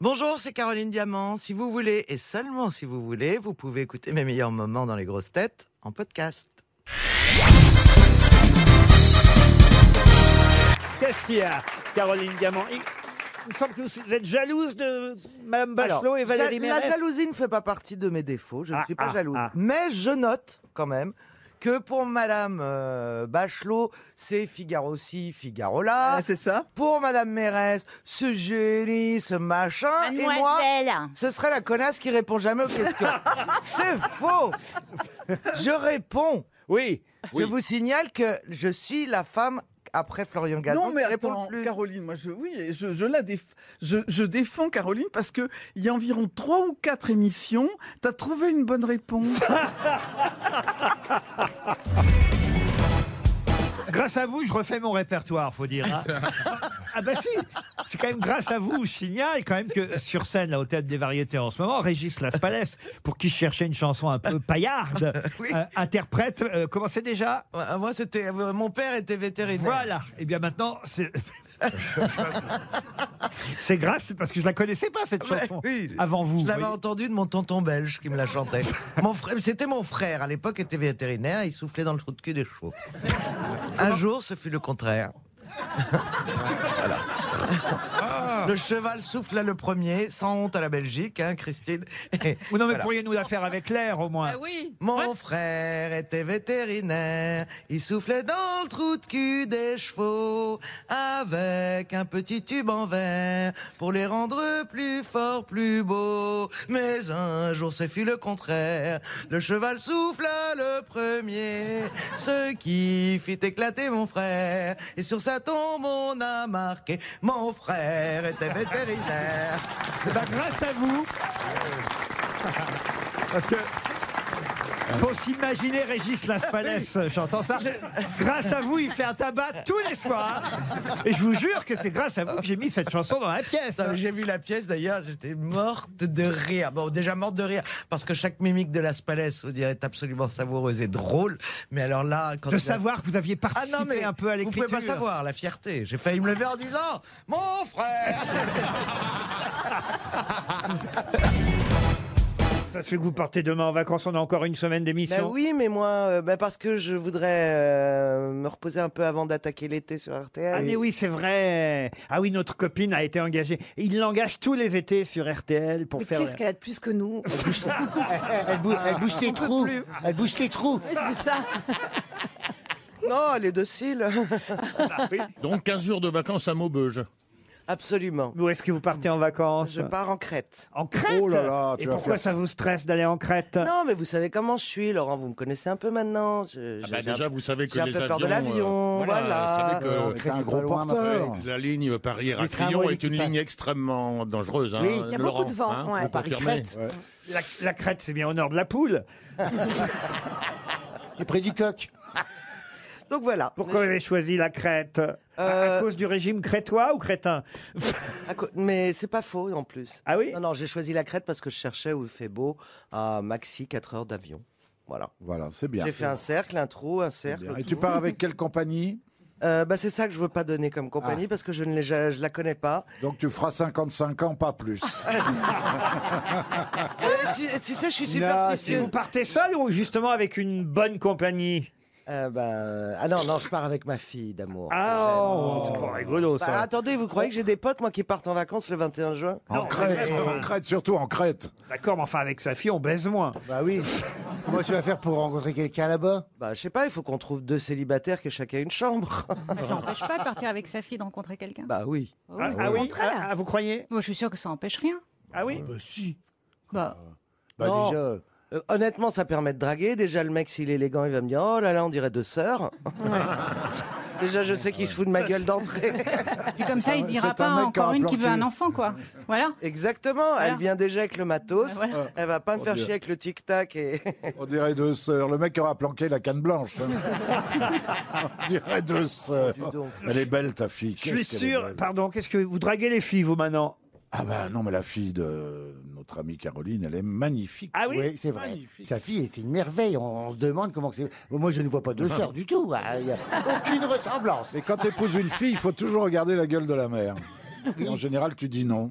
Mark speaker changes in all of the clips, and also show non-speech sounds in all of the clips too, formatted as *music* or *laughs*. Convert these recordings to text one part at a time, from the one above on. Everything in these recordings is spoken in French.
Speaker 1: Bonjour, c'est Caroline Diamant. Si vous voulez, et seulement si vous voulez, vous pouvez écouter mes meilleurs moments dans les grosses têtes en podcast.
Speaker 2: Qu'est-ce qu'il y a, Caroline Diamant Il il me semble que vous vous êtes jalouse de Madame Bachelot
Speaker 1: Alors,
Speaker 2: et Valérie
Speaker 1: ja- la,
Speaker 2: Mérès.
Speaker 1: jalousie ne fait pas partie de mes défauts, je ne
Speaker 2: Ah,
Speaker 1: suis pas
Speaker 2: ah,
Speaker 1: jalouse.
Speaker 2: ah.
Speaker 1: Mais je note quand même que pour Madame euh, Bachelot, c'est Figaro-ci, Figaro-là.
Speaker 3: Ah, c'est ça
Speaker 1: pour Madame Mérès, ce génie, ce machin, et moi,
Speaker 4: Mademoiselle.
Speaker 1: ce serait la connasse qui répond jamais
Speaker 2: *laughs*
Speaker 1: aux questions. c'est faux Je réponds
Speaker 2: Oui.
Speaker 3: Oui.
Speaker 1: Je vous signale que je suis la femme après Florian Gazan
Speaker 3: Non mais
Speaker 1: qui répond
Speaker 3: attends,
Speaker 1: le plus.
Speaker 3: Caroline, moi je oui, et je, je la déf- je, je défends Caroline parce que il y a environ trois ou quatre émissions, t'as trouvé une bonne réponse.
Speaker 5: Grâce à vous, je refais mon répertoire, faut dire.
Speaker 2: *laughs*
Speaker 5: hein. ah bah si, c'est quand même grâce à vous, je signale quand même que sur scène, là, au Théâtre des Variétés en ce moment, Régis Laspalès, pour qui je cherchais une chanson un peu paillarde,
Speaker 1: *laughs* Oui.
Speaker 5: euh, interprète, euh, comment c'est déjà
Speaker 1: Ouais, Moi, c'était euh, mon père était vétérinaire.
Speaker 5: Voilà, et bien maintenant,
Speaker 1: *laughs*
Speaker 5: c'est... c'est grâce, parce que je la connaissais pas cette
Speaker 1: Ah *laughs* Ouais,
Speaker 5: chanson, Ah,
Speaker 1: oui.
Speaker 5: avant vous.
Speaker 1: Je l'avais
Speaker 5: voyez.
Speaker 1: entendu de mon tonton belge qui me la chantait. Mon frère, c'était mon frère. À l'époque, était vétérinaire. Il soufflait dans le trou de cul des chevaux. Un jour, ce fut le contraire. Voilà. *laughs* Le cheval souffla le premier, sans honte à la Belgique, hein, Christine.
Speaker 5: Ou non, mais
Speaker 1: Voilà.
Speaker 5: pourriez-nous la faire avec l'air, au
Speaker 6: Ah
Speaker 5: moins
Speaker 1: Mon frère était vétérinaire, il soufflait dans le trou de cul des chevaux avec un petit tube en verre pour les rendre plus forts, plus beaux. Mais un jour ce fut le contraire, le cheval souffla le premier, ce qui fit éclater mon frère. Et sur sa tombe on a marqué, mon frère était vétérinaire.
Speaker 5: Eh ben, grâce à
Speaker 1: *laughs*
Speaker 5: vous. Parce que. Faut s'imaginer Régis Laspalès, j'entends ça. Grâce à vous, il fait un tabac tous les soirs. Et je vous jure que c'est grâce à vous que j'ai mis cette chanson dans la pièce.
Speaker 1: Ça, J'ai vu la pièce d'ailleurs, j'étais morte de rire. Bon, déjà morte de rire, parce que chaque mimique de Las Palais, vous dire, est absolument savoureuse et drôle. Mais alors là, quand.
Speaker 5: De
Speaker 1: il a-
Speaker 5: savoir que vous aviez
Speaker 1: Ah
Speaker 5: participé
Speaker 1: non, mais
Speaker 5: un peu à
Speaker 1: Vous pouvez
Speaker 5: l'écriture.
Speaker 1: pas savoir, la fierté. J'ai failli me lever en disant Mon frère
Speaker 5: Ça se fait que vous partez demain en vacances, on a encore une semaine
Speaker 7: Bah
Speaker 5: d'émission.
Speaker 7: oui, mais moi, euh, bah parce que je voudrais euh, me reposer un peu avant d'attaquer l'été sur RTL.
Speaker 5: Ah mais oui, c'est vrai. Ah oui, notre copine a été engagée. Il l'engage tous les étés sur RTL pour
Speaker 6: Mais
Speaker 5: faire...
Speaker 6: qu'est-ce qu'elle a de plus que nous *laughs*
Speaker 8: Elle, bou- elle bouge les trous. Elle bouge les trous.
Speaker 6: C'est ça.
Speaker 7: Non, elle est docile.
Speaker 5: Ah
Speaker 9: Donc 15 jours de vacances à Maubeuge.
Speaker 7: *laughs* Absolument.
Speaker 5: Où est-ce que vous partez en vacances
Speaker 7: Je pars en Crète.
Speaker 5: En Crète
Speaker 8: Oh là là, tu
Speaker 5: Et
Speaker 8: vas
Speaker 5: pourquoi
Speaker 8: faire
Speaker 5: ça vous stresse d'aller en Crète
Speaker 7: Non, mais vous savez comment je suis, Laurent. Vous me connaissez un peu maintenant. Je-
Speaker 9: Ah
Speaker 7: j'ai-
Speaker 9: bah,
Speaker 7: j'ai un-
Speaker 9: déjà, vous savez que
Speaker 7: j'ai un
Speaker 9: les
Speaker 7: peu peur de
Speaker 9: avions,
Speaker 7: l'avion,
Speaker 9: euh,
Speaker 7: voilà.
Speaker 9: vous savez que
Speaker 8: C'est un gros
Speaker 3: loin,
Speaker 9: Ah,
Speaker 3: ma
Speaker 8: porteur.
Speaker 9: la ligne Paris-Racrillon
Speaker 8: tramways
Speaker 9: est
Speaker 8: qui
Speaker 9: une
Speaker 8: passent.
Speaker 9: ligne extrêmement dangereuse. hein,
Speaker 8: Oui, il y
Speaker 6: a
Speaker 9: Laurent,
Speaker 6: beaucoup de vent,
Speaker 9: hein,
Speaker 6: ouais.
Speaker 9: vous confirmez
Speaker 5: La, la Crète, c'est bien au nord de la poule.
Speaker 8: Et près du coq.
Speaker 7: Donc voilà.
Speaker 5: Pourquoi vous avez choisi la Crète À- À
Speaker 7: Euh,
Speaker 5: cause du régime crétois ou crétin
Speaker 7: à co- Mais c'est pas faux en plus.
Speaker 5: Ah oui
Speaker 7: Non, non, j'ai choisi la Crète parce que je cherchais où il fait beau à maxi 4 heures d'avion. Voilà.
Speaker 8: Voilà, c'est bien.
Speaker 7: J'ai fait un cercle, un trou, un
Speaker 8: C'est
Speaker 7: cercle.
Speaker 8: bien. Et
Speaker 7: tout.
Speaker 8: tu pars avec quelle compagnie
Speaker 7: Euh, bah, c'est ça que je veux pas donner comme compagnie parce que je ne l'ai- je- je la connais pas.
Speaker 8: Donc tu feras 55 ans, pas plus.
Speaker 5: Ah,
Speaker 7: Euh, tu, tu sais, je suis
Speaker 5: Si
Speaker 7: superstitieuse.
Speaker 5: vous partez seul ou justement avec une bonne compagnie
Speaker 7: Euh, bah, ah non, non, je pars avec ma fille d'amour.
Speaker 5: Ah, oh, c'est pas rigolo
Speaker 7: Bah,
Speaker 5: ça.
Speaker 7: attendez, vous croyez que j'ai des potes, moi, qui partent en vacances le 21 juin
Speaker 5: Non,
Speaker 8: En Crète,
Speaker 5: mais-
Speaker 8: en Crète, surtout en Crète.
Speaker 5: D'accord, mais enfin avec sa fille, on baise moins.
Speaker 8: Bah oui. Comment tu vas faire pour rencontrer quelqu'un là-bas
Speaker 7: Bah, je sais pas, il faut qu'on trouve deux célibataires qui aient chacun une chambre.
Speaker 10: Ah, Ça n'empêche pas de partir avec sa fille de rencontrer quelqu'un.
Speaker 7: bah oui.
Speaker 5: Ah, ah oui ah, ah, Vous croyez
Speaker 10: Moi, je suis sûre que ça n'empêche rien.
Speaker 5: Ah oui
Speaker 8: Bah si.
Speaker 10: Bah,
Speaker 8: Bah
Speaker 7: Non.
Speaker 8: déjà.
Speaker 7: Euh, honnêtement, ça permet de draguer. Déjà, le mec, s'il est élégant, il va me dire Oh là là, on dirait deux sœurs. *laughs* Déjà, je sais qu'il se fout de ma gueule *laughs* d'entrée.
Speaker 10: puis comme ça, il dira
Speaker 8: c'est un
Speaker 10: pas
Speaker 8: mec qui a
Speaker 10: encore
Speaker 8: un
Speaker 10: une
Speaker 8: plan
Speaker 10: qui veut un
Speaker 8: cul.
Speaker 10: enfant, quoi. Voilà.
Speaker 7: Exactement. Elle vient déjà avec le matos.
Speaker 10: Voilà.
Speaker 7: Elle va pas me
Speaker 8: Oh
Speaker 7: faire
Speaker 8: Dieu.
Speaker 7: chier avec le tic-tac
Speaker 8: *laughs*
Speaker 7: et.
Speaker 8: On dirait deux sœurs. Le mec aura planqué la canne blanche. hein.
Speaker 5: *laughs*
Speaker 8: On dirait deux sœurs.
Speaker 7: dis donc.
Speaker 8: Elle est belle, ta fille.
Speaker 5: Oh, Je suis
Speaker 8: Qu'est-ce qu'elle est
Speaker 5: sûr.
Speaker 8: belle.
Speaker 5: Pardon, qu'est-ce que vous draguez les filles, vous, maintenant
Speaker 8: Ah bah non, mais la fille de notre amie Caroline, elle est magnifique.
Speaker 5: Ah oui
Speaker 11: c'est vrai. Sa fille est une merveille. On, on se demande comment que c'est. Moi, je ne vois pas
Speaker 7: Ah
Speaker 11: de
Speaker 7: ben.
Speaker 11: sœur
Speaker 8: Ah,
Speaker 11: du tout. Il n'y a aucune ressemblance.
Speaker 8: Et quand t'épouses une fille, il faut toujours regarder la gueule de la mère. Et en général, tu dis non.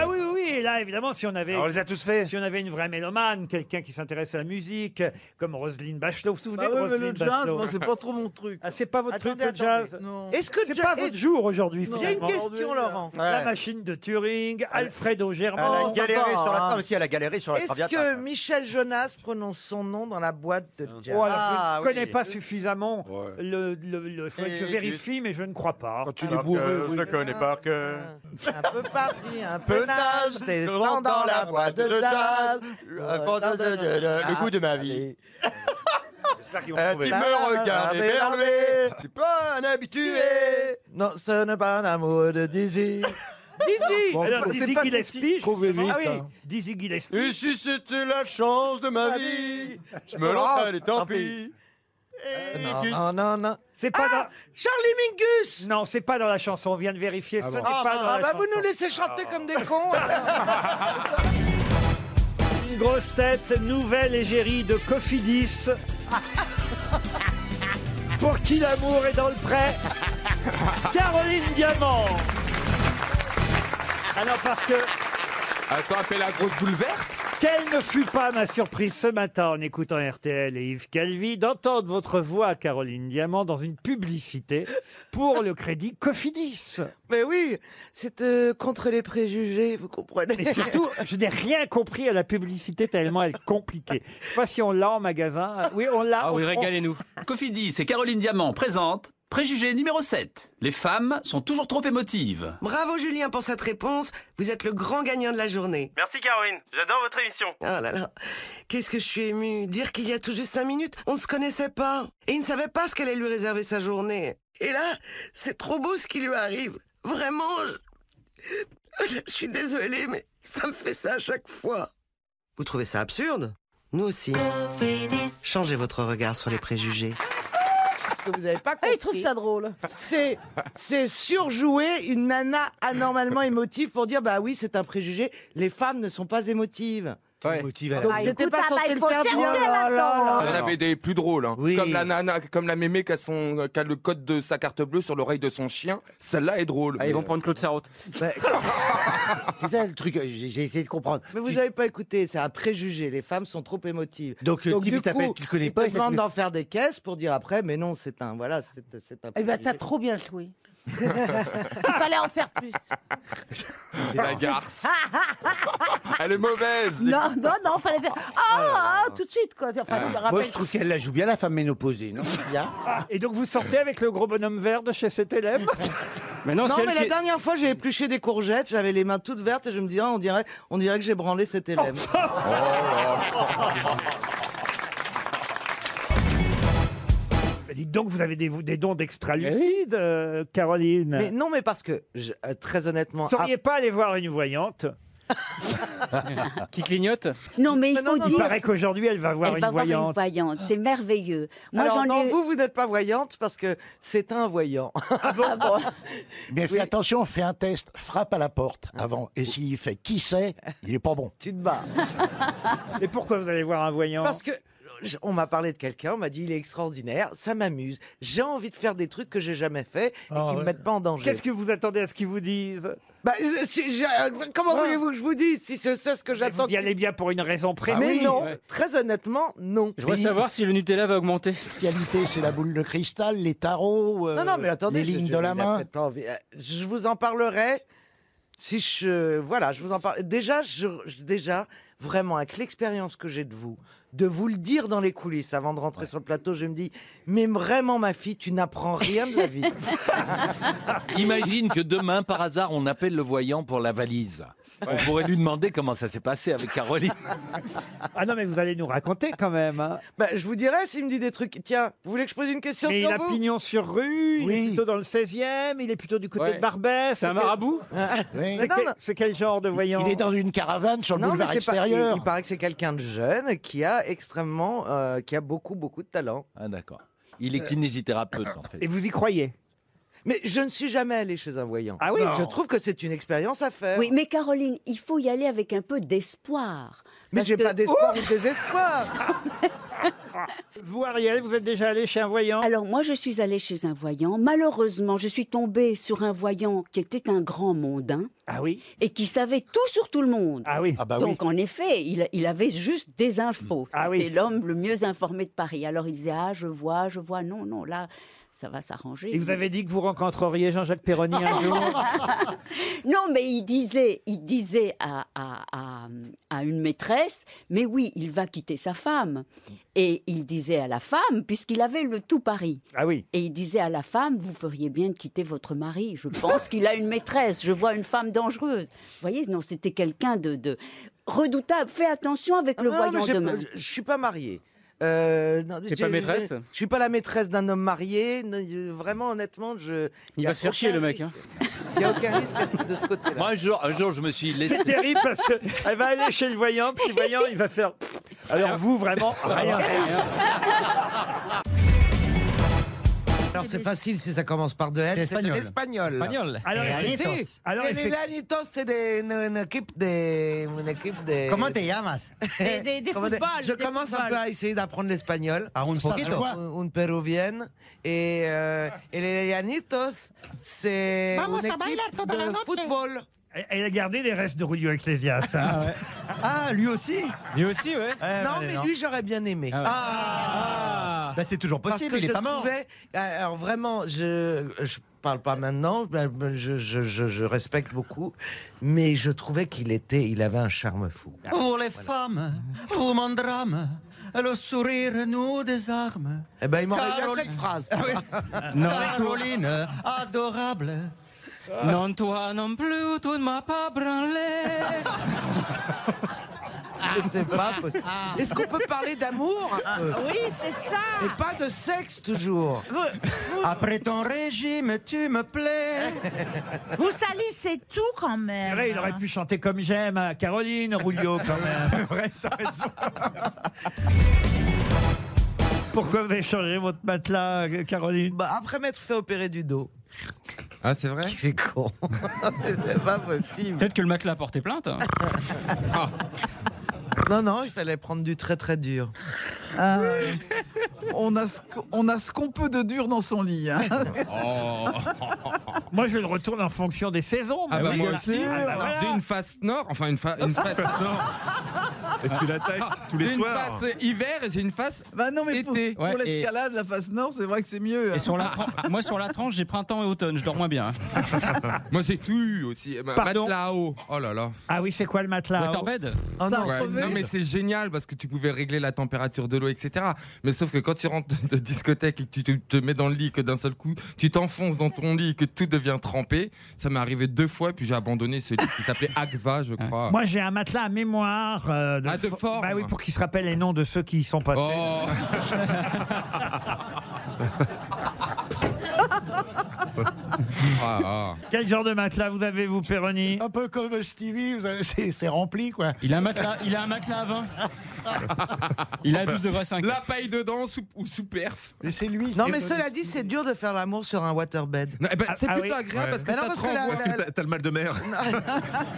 Speaker 5: Ah oui, oui, oui, et là, évidemment, si on avait.
Speaker 9: on les a tous faits.
Speaker 5: Si on avait une vraie mélomane, quelqu'un qui s'intéresse à la musique, comme Roselyne Bachelot. Vous vous
Speaker 12: Bah
Speaker 5: souvenez de
Speaker 12: oui, mais
Speaker 5: Roselyne
Speaker 12: le jazz,
Speaker 5: Bachelot
Speaker 12: moi, c'est pas trop mon truc.
Speaker 5: Ah, c'est pas votre
Speaker 12: Attendez,
Speaker 5: truc, le
Speaker 12: attendez.
Speaker 5: jazz
Speaker 12: Non.
Speaker 7: Est-ce que
Speaker 5: C'est
Speaker 7: Ja-
Speaker 5: pas
Speaker 7: est-
Speaker 5: votre jour aujourd'hui,
Speaker 7: J'ai une
Speaker 5: finalement.
Speaker 7: question, Laurent.
Speaker 5: La
Speaker 9: Ouais.
Speaker 5: machine de Turing, Alfredo
Speaker 9: Elle a
Speaker 3: Oh,
Speaker 5: Germain.
Speaker 9: galéré
Speaker 7: va,
Speaker 9: sur la.
Speaker 7: hein.
Speaker 9: Non, mais si, elle a galéré sur la
Speaker 7: Est-ce
Speaker 9: traviata.
Speaker 7: que Michel Jonas prononce son nom dans la boîte de jazz
Speaker 5: Oh, alors,
Speaker 9: Ah,
Speaker 5: je ne connais
Speaker 9: oui.
Speaker 5: pas suffisamment
Speaker 8: Ouais.
Speaker 5: le. le, le-
Speaker 7: Eh,
Speaker 5: faudrait que je
Speaker 9: Et-
Speaker 5: vérifie, mais je ne crois pas.
Speaker 8: Quand tu dis bourré, oui.
Speaker 9: connais par que.
Speaker 7: Un peu parti, un peu nage,
Speaker 9: Penage,
Speaker 7: descends dans la boîte de jazz.
Speaker 9: Le fantasme de- de- Euh, le goût de ma *laughs* vie.
Speaker 5: J'espère qu'ils vont
Speaker 9: Euh,
Speaker 5: trouver.
Speaker 9: tu me regardes éberlué, tu peux un habitué.
Speaker 7: Non, ce n'est pas un amoureux de Dizzy. Dizzy
Speaker 8: Bon,
Speaker 5: Alors,
Speaker 8: trou-
Speaker 5: Dizzy Gillespie,
Speaker 8: trouvez vite.
Speaker 7: Ah oui.
Speaker 8: hein.
Speaker 5: Dizzy Gillespie.
Speaker 9: Et si c'était la chance de ma vie, je me lance, allez, tant pis. Et que-
Speaker 7: Non, non, non.
Speaker 5: C'est pas
Speaker 7: Ah
Speaker 5: dans-
Speaker 7: Charlie Mingus
Speaker 5: Non, c'est pas dans la chanson. On vient de vérifier. ce n'est pas dans
Speaker 7: Ah
Speaker 5: la
Speaker 7: bah vous
Speaker 5: chanson.
Speaker 7: nous laissez chanter comme des *laughs* cons
Speaker 5: Une grosse tête, nouvelle égérie de Cofidis. Pour qui l'amour est dans le prêt Caroline Diamant Alors parce que...
Speaker 13: Attends, appelle la grosse boule verte
Speaker 5: Quelle ne fut pas ma surprise ce matin en écoutant RTL et Yves Calvi d'entendre votre voix, Caroline Diamant, dans une publicité pour le crédit Cofidis.
Speaker 7: Mais oui, c'est euh, contre les préjugés, vous comprenez
Speaker 5: Et surtout, je n'ai rien compris à la publicité tellement elle est compliquée. Je sais pas si on l'a en magasin. Oui, on l'a.
Speaker 13: Ah oui,
Speaker 5: on-
Speaker 13: régalez-nous.
Speaker 3: Cofidis et Caroline Diamant présente Préjugé numéro 7. Les femmes sont toujours trop émotives.
Speaker 14: Bravo Julien pour cette réponse, vous êtes le grand gagnant de la journée.
Speaker 3: Merci Caroline, j'adore votre émission.
Speaker 14: Oh là là, qu'est-ce que je suis émue. Dire qu'il y a tout juste cinq minutes, on ne se connaissait pas. Et il ne savait pas ce qu'allait lui réserver sa journée. Et là, c'est trop beau ce qui lui arrive. Vraiment, je, je suis désolée, mais ça me fait ça à chaque fois. Vous trouvez ça absurde Nous aussi. Changez votre regard sur les préjugés.
Speaker 7: que vous n'avez pas
Speaker 6: Ah,
Speaker 7: compris. il trouve ça drôle. C'est, c'est surjouer une nana anormalement *laughs* émotive pour dire bah oui, c'est un préjugé, les femmes ne sont pas émotives.
Speaker 1: Motive
Speaker 6: Ah,
Speaker 1: à la-
Speaker 7: Donc c'était pas
Speaker 6: bah,
Speaker 7: censé le faire bien.
Speaker 13: Il y en avait des plus drôles. hein.
Speaker 1: Oui.
Speaker 13: Comme la nana, comme la mémé qui a, son, qui a le code de sa carte bleue sur l'oreille de son chien. Celle-là est drôle. Ah, ils vont prendre Claude Sarraute.
Speaker 1: Bah, C'est ça le truc, euh, j'ai j'ai essayé de comprendre.
Speaker 7: Mais vous n'avez pas écouté, c'est un préjugé, les femmes sont trop émotives.
Speaker 1: Donc, le type,
Speaker 7: euh, du
Speaker 1: il t'appelle,
Speaker 7: coup,
Speaker 1: tu le connais
Speaker 7: il
Speaker 1: pas,
Speaker 7: te
Speaker 1: il s'appelle-
Speaker 7: demande d'en faire des caisses pour dire après, mais non, c'est un, voilà, c'est, c'est un
Speaker 6: Eh ben, t'as
Speaker 7: préjugé.
Speaker 6: trop bien *laughs* joué. Il fallait en faire plus.
Speaker 13: La garce. *laughs* Elle est mauvaise. les-
Speaker 6: Non, non, non, fallait faire. Ah, ah, tout de suite, quoi. Enfin, il me
Speaker 1: Moi,
Speaker 6: rappelle-
Speaker 1: je trouve qu'elle la joue bien, la femme ménopausée, non Bien.
Speaker 5: Et donc vous sortez avec le gros bonhomme vert de chez cet élève
Speaker 7: Non, mais la dernière fois, j'ai épluché des courgettes, j'avais les mains toutes vertes et je me disais, ah, on dirait, on dirait que j'ai branlé cet élève.
Speaker 5: Bah, Dites donc, vous avez des, vous- des dons d'extra-lucide, euh, Caroline.
Speaker 7: mais non, mais parce que, je- euh, très honnêtement,
Speaker 5: Vous seriez pas aller voir une voyante
Speaker 3: Qui clignote
Speaker 6: Non, mais il
Speaker 7: Mais non,
Speaker 6: faut
Speaker 7: non,
Speaker 5: Il
Speaker 6: dire.
Speaker 5: paraît qu'aujourd'hui, elle va voir
Speaker 6: Elle
Speaker 5: une
Speaker 6: va voir une
Speaker 5: voyante.
Speaker 6: voyante. C'est merveilleux. Moi,
Speaker 7: Alors,
Speaker 6: j'en
Speaker 7: non,
Speaker 6: ai.
Speaker 7: vous, vous n'êtes pas voyante parce que c'est un voyant. *laughs*
Speaker 6: Ah bon
Speaker 1: Mais fais attention, fais un test, frappe à la porte avant. Et s'il fait qui sait, il est pas bon.
Speaker 7: tu te bats.
Speaker 5: Mais pourquoi vous allez voir un voyant
Speaker 7: Parce que je- on m'a parlé de quelqu'un, on m'a dit il est extraordinaire, ça m'amuse. J'ai envie de faire des trucs que j'ai jamais fait et qui me mettent pas en danger.
Speaker 5: Qu'est-ce que vous attendez à ce qu'ils vous disent
Speaker 7: Bah, euh, si j'ai- euh, comment
Speaker 5: Ouais.
Speaker 7: voulez-vous que je vous dise si je sais ce que
Speaker 5: Vous
Speaker 7: j'attends
Speaker 5: y allez bien pour une raison précise.
Speaker 7: Mais non,
Speaker 3: Ouais.
Speaker 7: très honnêtement, non.
Speaker 3: Je voudrais savoir si le Nutella va augmenter.
Speaker 1: Qualité, c'est la boule de cristal, les tarots, euh,
Speaker 7: Non, non, mais attendez,
Speaker 1: les
Speaker 7: je-
Speaker 1: lignes
Speaker 7: je-
Speaker 1: de la
Speaker 7: il a
Speaker 1: main.
Speaker 7: peut-être pas envie. Euh, Je vous en parlerai si je. Voilà, je vous en parle. Déjà, je, je- déjà vraiment, avec l'expérience que j'ai de vous, de vous le dire dans les coulisses avant de rentrer sur le plateau, je me dis Mais vraiment, ma fille, tu n'apprends rien de la *laughs* vie.
Speaker 3: Imagine que demain, par hasard, on appelle le voyant pour la valise. On pourrait lui demander comment ça s'est passé avec Caroline.
Speaker 5: Ah non, mais vous allez nous raconter quand même. hein.
Speaker 7: bah, je vous dirai s'il me dit des trucs. Tiens, vous voulez que je pose une question
Speaker 5: Mais il
Speaker 7: sur
Speaker 5: a
Speaker 7: vous
Speaker 5: pignon sur rue, il est
Speaker 1: Oui.
Speaker 5: plutôt dans le 16e, il est plutôt du côté
Speaker 3: Ouais.
Speaker 5: de Barbès.
Speaker 3: C'est un marabout
Speaker 1: Oui.
Speaker 5: C'est
Speaker 7: Non,
Speaker 5: quel,
Speaker 7: non.
Speaker 5: c'est quel genre de voyant
Speaker 1: Il est dans une caravane sur le
Speaker 7: Non, mais
Speaker 1: boulevard
Speaker 7: c'est pas. Il,
Speaker 1: extérieur.
Speaker 7: il paraît que c'est quelqu'un de jeune qui a extrêmement. euh, qui a beaucoup, beaucoup de talent.
Speaker 3: Ah d'accord. Il est kinésithérapeute en
Speaker 5: Et
Speaker 3: fait.
Speaker 5: vous y croyez
Speaker 7: Mais je ne suis jamais allée chez un voyant.
Speaker 5: Ah oui
Speaker 7: Je trouve que c'est une expérience à faire.
Speaker 6: Oui, mais Caroline, il faut y aller avec un peu d'espoir.
Speaker 7: Mais
Speaker 6: Parce
Speaker 7: j'ai
Speaker 6: que-
Speaker 7: pas d'espoir ou de désespoir.
Speaker 5: Vous, Ariel, vous êtes déjà allé chez un voyant
Speaker 6: Alors moi, je suis allée chez un voyant. Malheureusement, je suis tombée sur un voyant qui était un grand mondain.
Speaker 5: Ah oui
Speaker 6: Et qui savait tout sur tout le monde.
Speaker 5: Ah oui.
Speaker 15: bah
Speaker 6: Donc en effet, il, il avait juste des infos.
Speaker 5: Ah
Speaker 6: C'était l'homme le mieux informé de Paris. Alors il disait ah je vois, je vois. Non non là. Ça va s'arranger.
Speaker 5: Et vous avez dit que vous rencontreriez Jean-Jacques Perroni un jour
Speaker 6: Non, mais il disait, il disait à, à- à- à une maîtresse, mais oui, il va quitter sa femme. Et il disait à la femme, puisqu'il avait le tout Paris.
Speaker 5: Ah oui.
Speaker 6: Et il disait à la femme, vous feriez bien de quitter votre mari. Je pense qu'il a une maîtresse. Je vois une femme dangereuse. Vous voyez, non, c'était quelqu'un de, de redoutable. Fais attention avec *laughs* le
Speaker 7: Non, Ah, mais
Speaker 6: voyant
Speaker 7: j'ai-
Speaker 6: demain.
Speaker 7: Je suis pas mariée. Euh, non,
Speaker 16: T'es
Speaker 7: j'ai-
Speaker 16: pas maîtresse
Speaker 7: j'ai- Je suis pas la maîtresse d'un homme marié. Non, je- Vraiment, honnêtement, je.
Speaker 16: Il
Speaker 7: y a
Speaker 16: va se faire chier,
Speaker 7: aucun
Speaker 16: le mec, hein.
Speaker 7: risque. Il n'y a aucun risque à- de ce côté-là.
Speaker 16: Moi, un jour, un jour, je me suis laissé.
Speaker 5: C'est terrible parce qu'elle va aller chez le voyant, puis le voyant, il va faire. Alors vous, vraiment, rien.
Speaker 7: Alors c'est facile si ça commence par deux L,
Speaker 5: C'est
Speaker 7: c'est de
Speaker 5: espagnol.
Speaker 7: l'espagnol.
Speaker 5: Espagnol. Alors,
Speaker 7: effectivement.
Speaker 5: effecti- alors, effecti-
Speaker 7: c'est des- une, une équipe de, une équipe de.
Speaker 1: Comment te llamas
Speaker 7: Des,
Speaker 1: des footballs,
Speaker 7: hein? Je
Speaker 1: des
Speaker 7: commence un
Speaker 1: footballs.
Speaker 7: peu à essayer d'apprendre l'espagnol.
Speaker 1: Ah, un
Speaker 7: Ça
Speaker 1: poquito.
Speaker 7: se voit. Un- Une péruvienne. Et, euh, et les llanitos, c'est
Speaker 1: Vamos
Speaker 7: une
Speaker 1: a
Speaker 7: équipe
Speaker 1: bailar toda la
Speaker 7: de
Speaker 1: noche.
Speaker 7: football.
Speaker 5: Elle- Elle a gardé les restes de Rulio Ecclesias. Ah, lui
Speaker 7: Eh,
Speaker 5: aussi
Speaker 1: Lui aussi, ouais.
Speaker 7: non,
Speaker 16: hein.
Speaker 7: mais lui, j'aurais bien aimé.
Speaker 1: Ah ouais. Bah, c'est toujours
Speaker 7: Parce
Speaker 1: possible,
Speaker 7: que
Speaker 1: il est
Speaker 7: je
Speaker 1: pas mort.
Speaker 7: trouvais- euh, alors vraiment, je je parle pas maintenant, euh, je, je- je- je respecte beaucoup, mais je trouvais qu'il était, il avait un charme fou.
Speaker 1: Vous les femmes, vous mon drame, le sourire nous désarme.
Speaker 7: Eh ben, il m'aurait
Speaker 1: Carole-
Speaker 7: dit cette phrase.
Speaker 1: Ah oui.
Speaker 7: Non.
Speaker 1: Caroline, adorable.
Speaker 5: Ah.
Speaker 1: Non, toi non plus, tu ne m'as pas branlé.
Speaker 7: Je sais pas. peut- Est-ce qu'on peut parler d'amour un peu
Speaker 1: Oui, c'est ça.
Speaker 7: Et pas de sexe toujours.
Speaker 1: Après ton régime, tu me plais.
Speaker 10: Vous salissez tout quand même.
Speaker 5: Là, il aurait pu chanter comme j'aime à Caroline Rulio quand même. Pourquoi vous avez changé votre matelas, euh, Caroline
Speaker 7: Bah, Après m'être fait opérer du dos.
Speaker 9: Ah, c'est vrai
Speaker 7: J'ai con. C'est pas possible.
Speaker 16: Peut-être que le matelas a porté plainte. hein.
Speaker 7: Non, non, il fallait prendre du très très dur.
Speaker 3: Euh, on a ce qu'- on a ce qu'on peut de dur dans son lit. hein.
Speaker 5: Moi, je le retourne en fonction des saisons.
Speaker 9: Ah bah
Speaker 5: mais
Speaker 9: moi
Speaker 5: voilà.
Speaker 9: aussi,
Speaker 5: Ah bah voilà.
Speaker 9: j'ai une face nord, enfin une, fa- une face nord.
Speaker 17: *laughs* Et tu l'attaques tous les
Speaker 9: J'ai
Speaker 17: soirs.
Speaker 9: Une face hiver et j'ai une face
Speaker 3: bah non, mais
Speaker 9: été.
Speaker 3: Pour l'escalade, la face nord, c'est vrai que c'est mieux.
Speaker 16: Et sur la tran- ah, moi, sur la tranche, j'ai printemps et automne. Je dors moins bien. hein.
Speaker 9: Moi j'ai tout eu aussi.
Speaker 16: Pardon
Speaker 9: là-haut. Oh là là.
Speaker 5: Ah oui, c'est quoi le matelas
Speaker 16: Wet
Speaker 9: hein
Speaker 16: or bed
Speaker 9: Ouais.
Speaker 5: non,
Speaker 9: non,
Speaker 5: crevé.
Speaker 9: mais c'est génial parce que tu pouvais régler la température de l'eau, etc. Mais sauf que quand tu rentres de discothèque et que tu te, te mets dans le lit, que d'un seul coup tu t'enfonces dans ton lit, et que tout devient trempé, ça m'est arrivé deux fois, puis j'ai abandonné ce lit qui s'appelait Agva, je crois.
Speaker 5: Moi, j'ai un matelas à mémoire. euh, de
Speaker 9: Ah, de
Speaker 5: fo-
Speaker 9: forme.
Speaker 5: Bah oui, pour qu'ils se rappellent les noms de ceux qui y sont passés.
Speaker 16: Oh.
Speaker 9: Oh.
Speaker 13: *laughs*
Speaker 9: Ah, ah.
Speaker 5: Quel genre de matelas vous avez, vous,
Speaker 16: Oh,
Speaker 5: Péroni
Speaker 17: Un peu comme Stevie, vous avez- c'est c'est rempli quoi.
Speaker 16: Il a un matelas, il a un matelas à 20. Il a 12 degrés 5.
Speaker 9: La paille dedans sous- ou sous perf.
Speaker 17: Mais c'est lui.
Speaker 7: Non, mais cela dit, c'est dur de faire l'amour sur un waterbed.
Speaker 9: eh
Speaker 5: Ah,
Speaker 9: ben, c'est plutôt agréable parce que
Speaker 7: Mais non,
Speaker 9: ça
Speaker 7: parce
Speaker 9: te
Speaker 7: la-
Speaker 9: renvoie.
Speaker 7: la-
Speaker 9: Parce que
Speaker 17: T'as t'as le mal de
Speaker 7: *laughs*
Speaker 17: mer.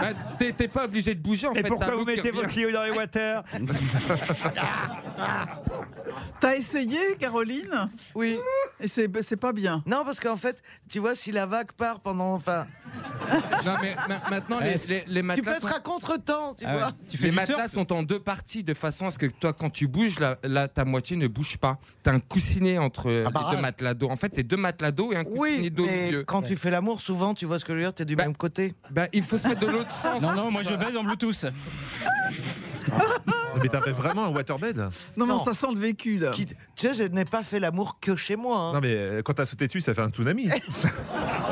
Speaker 9: Bah, t'es- T'es pas obligé de bouger en
Speaker 5: Et
Speaker 9: fait.
Speaker 5: pourquoi
Speaker 9: t'as
Speaker 5: vous
Speaker 9: l'eau qui
Speaker 5: mettez vos
Speaker 9: revient.
Speaker 5: clients dans les water
Speaker 16: *laughs*
Speaker 3: T'as essayé, Caroline
Speaker 7: Oui.
Speaker 3: Et c'est c'est pas bien.
Speaker 7: Non, parce qu'en fait, tu vois, si la vague part pendant. Enfin.
Speaker 9: Non, mais ma- maintenant,
Speaker 7: Ouais,
Speaker 9: les,
Speaker 7: c'est-
Speaker 9: les, les
Speaker 7: tu
Speaker 9: matelas.
Speaker 7: peux être
Speaker 9: sont-
Speaker 7: à contre-temps, tu
Speaker 9: Ah ouais.
Speaker 7: vois.
Speaker 9: les matelas sont en deux parties de façon à ce que toi, quand tu bouges, là, là, ta moitié ne bouge pas. T'as un coussinet entre euh, les
Speaker 7: barrage.
Speaker 9: deux matelas d'eau. En fait, c'est deux matelas d'eau
Speaker 17: Ah,
Speaker 9: et un coussinet
Speaker 7: Oui,
Speaker 9: d'eau au
Speaker 7: mais
Speaker 9: milieu.
Speaker 7: quand tu fais l'amour, souvent, tu vois ce que je veux dire, t'es du même côté.
Speaker 9: Bah, il faut se mettre de l'autre sens.
Speaker 16: Non, non, moi je baise en Bluetooth.
Speaker 17: Mais t'as fait vraiment un waterbed
Speaker 3: Non, mais ça sent le vécu, là.
Speaker 7: Qui- Tu sais, je n'ai pas fait l'amour que chez moi. hein.
Speaker 17: Non mais euh, quand t'as sauté dessus, ça fait un tsunami.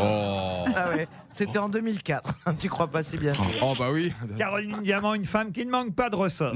Speaker 17: oh.
Speaker 7: Ah ouais, c'était en 2004. *laughs* tu crois pas si bien.
Speaker 9: Oh bah oui.
Speaker 5: Caroline Diamant, une femme qui ne manque pas de ressort.